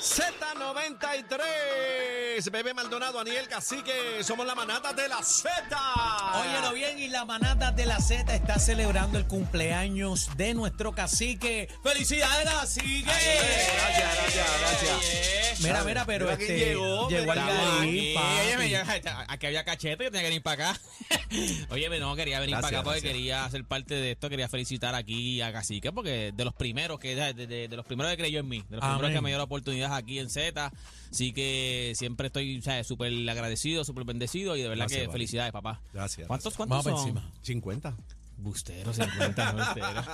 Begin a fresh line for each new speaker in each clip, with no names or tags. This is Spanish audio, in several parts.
Z93, Bebé Maldonado, Aniel Cacique, somos la manada de la Z.
Ah.
Óyelo bien, y la manada de la Z está celebrando el cumpleaños de nuestro cacique. ¡Felicidades, cacique!
Gracias, gracias, gracias.
Mira, mira, pero
Mira
este
quién llegó,
llegó
mira,
Algarín,
Sí,
papi.
óyeme, ya, ya, aquí había cachete, yo tenía que venir para acá. Óyeme, no, quería venir
Gracias,
para acá porque
gracias.
quería ser parte de esto, quería felicitar aquí a Cacique, porque de los primeros que de, de- de los primeros que creyó en mí, de los
Amén.
primeros que me dieron oportunidades aquí en Z. Así que siempre estoy o sea, súper agradecido, súper bendecido y de verdad
Gracias,
que
papi.
felicidades, papá.
Gracias,
¿Cuántos,
Vamos
cuántos
por
son?
encima.
50.
Busteros, 50, busteros.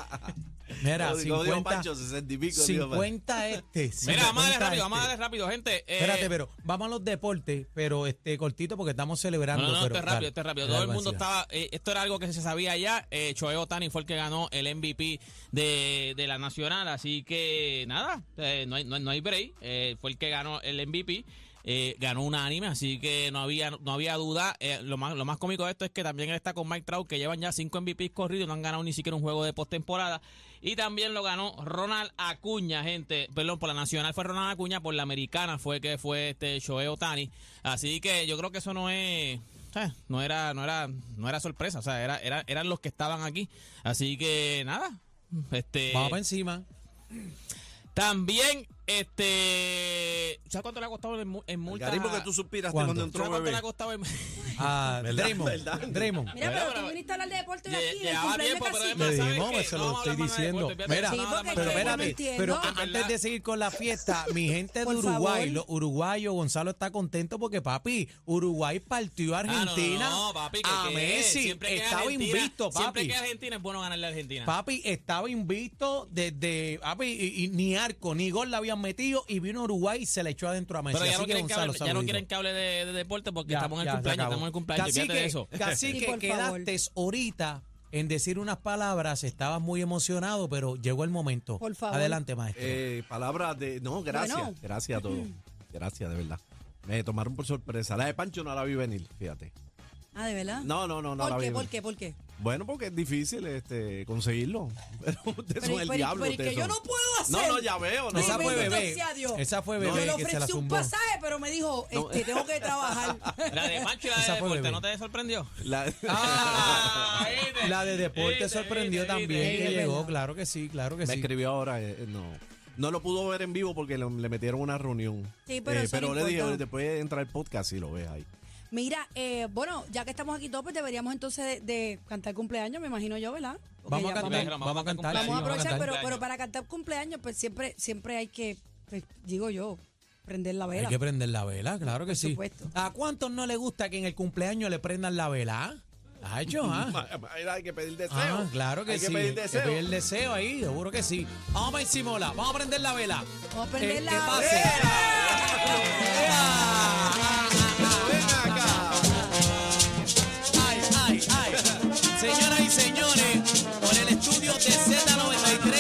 Mira,
Lo digo,
50,
Pancho, 60 y pico. digo, Pancho.
50 este.
Mira,
50
vamos a darle rápido,
este.
vamos a darle rápido, gente. Eh,
Espérate, pero vamos a los deportes, pero este cortito porque estamos celebrando.
No, no, no,
pero,
esto es rápido,
dale,
esto es rápido.
dale,
Todo el mundo
Mancilla.
estaba. eh, esto era algo que se sabía ya. Eh, Choeo Tani fue el que ganó el MVP de, de la Nacional. Así que nada, eh, no, hay, no, hay- no hay break. eh, fue el que ganó el MVP. eh, ganó unánime, así que no había, no había duda. Eh, lo, más, lo más cómico de esto es que también él está con Mike Trout, que llevan ya cinco MVPs corridos y no han ganado ni siquiera un juego de postemporada. Y también lo ganó Ronald Acuña, gente. Perdón, por la nacional fue Ronald Acuña, por la americana fue que fue este Shohei Otani. Así que yo creo que eso no es. eh, no era, no era, no era sorpresa, o sea, era, era- eran los que estaban aquí. Así que nada. Este,
Vamos para encima.
también, este. ¿Sabes cuánto le ha costado en, mu- en multa?
Algarín, porque tú suspiraste
¿Cuánto?
cuando entró
¿Sabes cuánto le
bebé.
ha costado en.?
A
¿Verdad?
Ah, Draymond.
¿Verdad?
Draymond.
Mira,
Bueno,
pero,
pero-
tú viniste a hablar de deporte de
Lle-
aquí, del
Llevaba
cumpleaños
tiempo, pero
de
además,
Le
¿sabes
Cacique.
dijimos,
qué?
se lo
No vamos a
estoy
hablar más de
diciendo.
deporte, olvídate,
Mira,
no,
Sí,
nada más
porque
Pero
de
yo no
espérate,
entiendo.
pero
Es
antes
verdad.
de seguir con la fiesta, mi gente de
Por
Uruguay,
favor.
los uruguayos, Gonzalo está contento porque, papi, Uruguay partió a
Ah, no, no,
Argentina
no, papi, que-
a
que-
Messi.
siempre que
estaba
Argentina-
invicto,
Siempre
papi.
que Argentina es bueno ganarle a Argentina.
Papi estaba invicto desde, papi, y, y ni arco, ni gol le habían metido y vino Uruguay y se le echó adentro a Messi.
Pero ya
Así
no,
que,
quieren que
Gonzalo,
hable, ya no
saludito.
quieren que hable de, de deporte porque
Ya,
estamos en
ya,
el
se
cumpleaños,
acabó.
estamos en el cumpleaños,
Cacique,
fíjate de eso.
Cacique,
Sí, por
quedaste ahorita en decir unas palabras, estabas muy emocionado, pero llegó el momento.
Por favor.
Adelante, maestro.
Eh, palabras de. No, gracias.
Bueno.
Gracias a todos. Gracias, de verdad. Me tomaron por sorpresa. La de Pancho no la vi venir, fíjate.
Ah, ¿de verdad?
No, no, no, no la
¿Por
vi
qué,
venir.
por qué, por qué?
Bueno, porque es difícil este, conseguirlo. Pero ustedes
Pero,
son el
pero-
diablo.
pero
ustedes
que yo
son.
no puedo hacer.
No, no, ya veo. No,
Esa
no,
fue
no.
Bendito
bebé.
sea Dios.
Esa fue
Yo
bebé
le
que se la
ofrecí un
zumbó.
pasaje, pero me dijo, este, tengo que trabajar.
La de Pancho y la
Esa
de
fue
deporte,
bebé.
¿no te sorprendió?
La-
Ah,
viste,
la de deporte
viste,
sorprendió
viste,
también
viste,
que
viste.
llegó, claro que sí, claro que
Me
sí.
escribió ahora, eh, eh, no. No lo pudo ver en vivo porque le, le metieron una reunión. Eh,
Sí, pero eso no
le dije,
importa.
después entra el podcast y lo ves ahí.
Mira, eh, bueno, ya que estamos aquí todos, pues deberíamos entonces de, de cantar cumpleaños, me imagino yo, ¿verdad? Porque
Vamos a
ya
cantar,
vamos a
vamos a
cantar
cantar.
Vamos,
sí,
a aprovechar,
cantar.
pero, pero para cantar cumpleaños, pues siempre, siempre hay que, pues, digo yo, prender la
Hay
vela.
que prender la vela, claro que sí.
supuesto.
¿A cuántos no le gusta que en el cumpleaños le prendan la vela? ah? ¿Has hecho? ah?
Hay que pedir deseo.
Ah, claro que
Hay
sí.
que pedir
Hay que
deseo.
pedir el deseo ahí, seguro que sí. Vamos para encima, la- vamos a prender la vela.
Vamos a prender
Eh,
la
que pase.
Ven acá.
Ay, ay, ay. Señoras y señores, por el estudio de Z93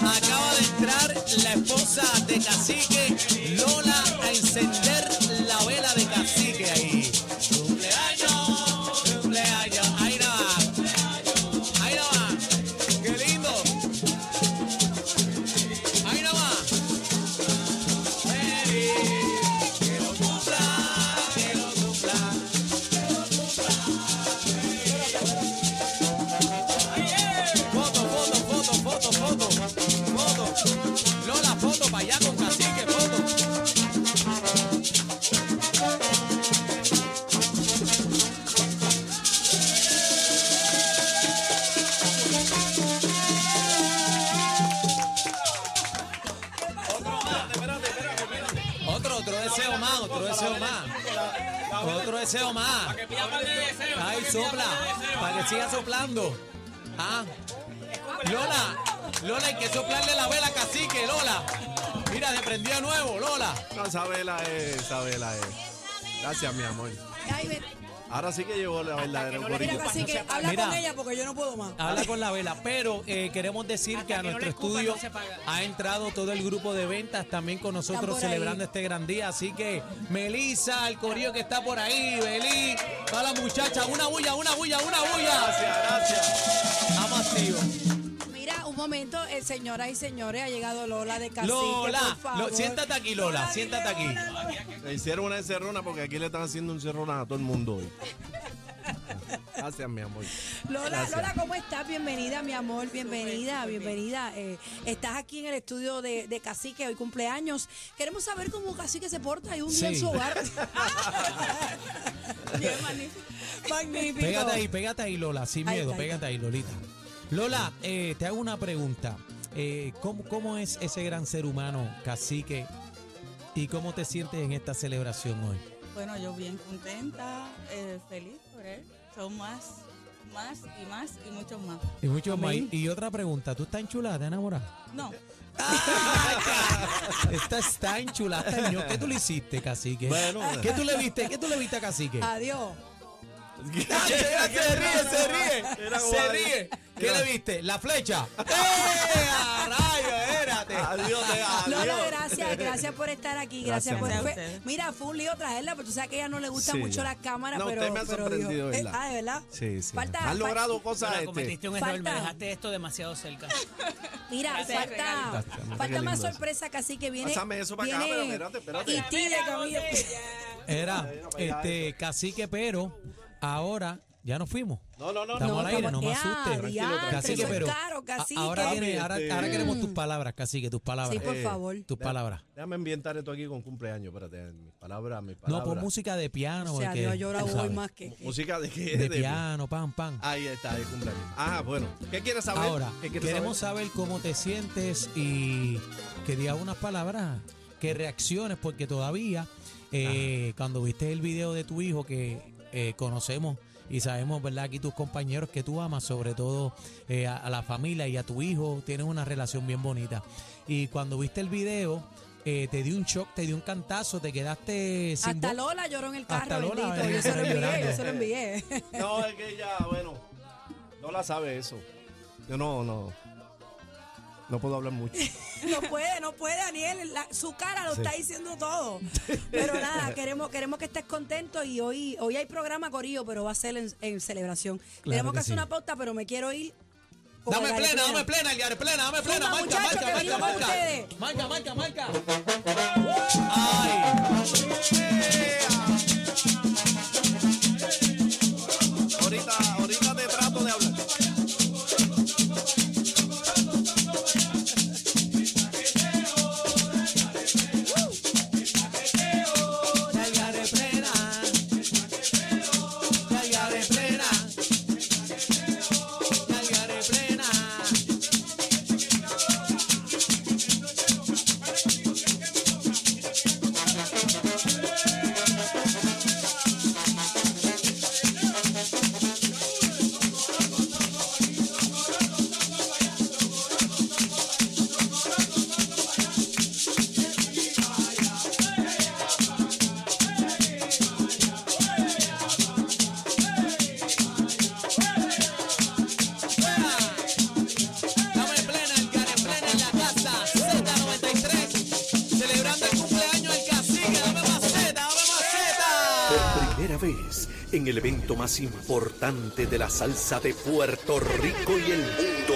acaba de entrar la esposa de Cacique, Lola, a encender la vela de Cacique ahí. Cumpleaños, cumpleaños. Ahí la va. Ahí la va. Qué lindo. Ahí la va. Feliz. Que lo cumpla, que lo cumpla. Foto, foto, foto, foto, foto, foto. Lola, foto para allá con cacique, foto. Otro, otro deseo más, otro deseo más. Otro deseo más. Ay, sopla, para que siga soplando. Ah, Lola, Lola, hay que soplarle la vela a cacique, Lola. Mira, se prendió de nuevo, Lola.
No, esa vela es, esa vela es. Gracias, mi amor.
Ay, ve-
Ahora sí que llegó la verdadera
Mira,
corillo.
así que habla
Mira.
con ella porque yo no puedo más.
Habla con la vela, pero eh, queremos decir que a nuestro estudio ha entrado todo el grupo de ventas también con
Están
nosotros
por ahí.
celebrando este gran día. Así que, Melisa, el corillo que está por ahí, Belí, para la muchacha, una bulla, una bulla, una bulla.
Gracias, gracias.
Vamos a agresivo.
Mira, un momento, eh, señoras y señores, ha llegado Lola de Cacique,
Lola,
por
lo-
favor.
siéntate aquí, Lola,
dile
siéntate aquí.
hola, Lola.
Le hicieron una encerrona porque aquí le están haciendo un encerrona a todo el mundo hoy. Gracias, mi amor.
Lola,
Gracias.
Lola, ¿cómo estás? Bienvenida, mi amor, bienvenida, bienvenida. Eh, estás aquí en el estudio de, de Cacique, hoy cumpleaños. Queremos saber cómo Cacique se porta y un día en
Sí.
su hogar. Bien, magnífico. Magnífico.
Pégate ahí, pégate ahí, Lola, sin
Ahí
miedo,
está, ahí
pégate ahí, Lolita. Lola, eh, te hago una pregunta. Eh, ¿cómo, cómo es ese gran ser humano, cacique? ¿Y cómo te sientes en esta celebración hoy?
Bueno, yo bien contenta, eh, feliz por él. Son más, más y más y muchos más.
Y mucho más. Y- Y otra pregunta, ¿tú estás enchulada, enamorada?
No,
Esta está enchulada, esta ño- ¿Qué tú le hiciste, cacique?
Bueno,
¿Qué tú le viste? ¿Qué tú le viste a cacique?
Adiós.
se ríe, se ríe.
Era
se
guay.
ríe. ¿Qué
Era-
le viste? La flecha. ¡Eh! ¡A rayo! Espérate.
Adiós, te-
Lola,
adiós.
gracias, gracias por estar aquí, gracias,
Gracias,
por...
amor.
fue- mira, fue un lío traerla, pero tú sabes que a ella no le gustan
Sí,
mucho
ya.
las cámaras,
No,
pero...
usted me ha
pero
sorprendido,
dijo, eh,
¿verdad?
ah, de verdad.
Sí, sí.
Falta,
Has
fal-
logrado
Lola,
cosas este.
cometiste un error,
falta-
me dejaste esto demasiado cerca.
Mira,
Gracias,
falta,
regalito. Mira
falta
qué
más
lindo
sorpresa casi que viene.
Pásame eso para acá,
viene
pero espérate, espérate.
Y tira, Camilo.
Era este cacique, pero ahora ya nos fuimos.
No, no, no,
Estamos
No,
al aire, no
estamos-
me
Ya,
asustes.
diantre,
Cacique,
eso es
pero
caro,
a-
cacique.
ahora, viene- ahora,
Este-
ahora queremos tus palabras, cacique, tus
Sí,
palabras.
por
Eh,
favor.
tus palabras.
Déjame ambientar esto aquí con cumpleaños. Espérate, mis palabras, mis
No,
palabras.
pon música de piano.
O sea,
porque,
yo lloro
tú
hoy
sabes,
más que.
Música de qué?
De piano, pam, pam.
Ahí está, de cumpleaños. Ah, bueno. ¿Qué quieres saber? eh,
Ahora,
¿Qué quieres
queremos saber? cómo te sientes y que digas unas palabras, que reacciones, porque todavía eh, cuando viste el video de tu hijo que eh, conocemos y sabemos, ¿verdad? Aquí tus compañeros que tú amas, sobre todo eh, a, a la familia y a tu hijo, tienen una relación bien bonita. Y cuando viste el video, eh, te dio un shock, te dio un cantazo, te quedaste sin
Hasta
voz.
Lola lloró en el carro,
Hasta Lola,
bendito. Yo se lo envié,
llorando.
yo se lo envié.
No, es que ella, bueno, no la sabe eso. Yo no, no. No puedo hablar mucho.
No puede, no puede, Daniel. la- su cara lo
Sí.
está diciendo todo. Pero nada, queremos, queremos que estés contento y hoy, hoy hay programa Corillo, pero va a ser en, en celebración. tenemos que,
que
hacer
sí.
una pauta, pero me quiero ir. con
Dame
el aire
plena, dame
primero.
plena, Eliare, plena, dame plena.
Zumba,
Marca,
muchacho,
marca,
que venimos
marca,
con
marca.
ustedes.
Marca, marca, marca. Ay,
Ahorita, ahorita te trato de hablar.
Eliare, plena. Eliare, plena. Eliare, plena. Dame plena, Eliare, plena en la casa. Z93. Celebrando el cumpleaños del cacique. Dame maceta, dame maceta.
Primera vez en el evento más importante de la salsa de Puerto Rico y el mundo.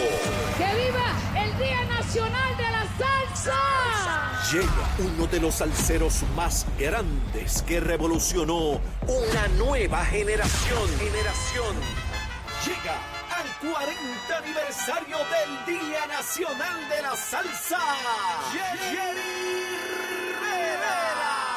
¡Que viva el Día Nacional de la Salsa!
Llega uno de los salseros más grandes que revolucionó una nueva generación. Generación. Llega al 40 aniversario del Día Nacional de la Salsa. Jerry Rivera.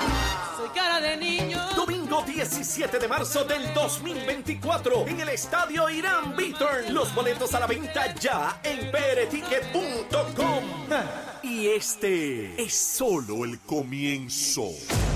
Soy cara de niño.
Domingo 17 de marzo del 2024 en el Estadio Irán Bittern. Los boletos a la venta ya en pereticket.com. Y este es solo el comienzo.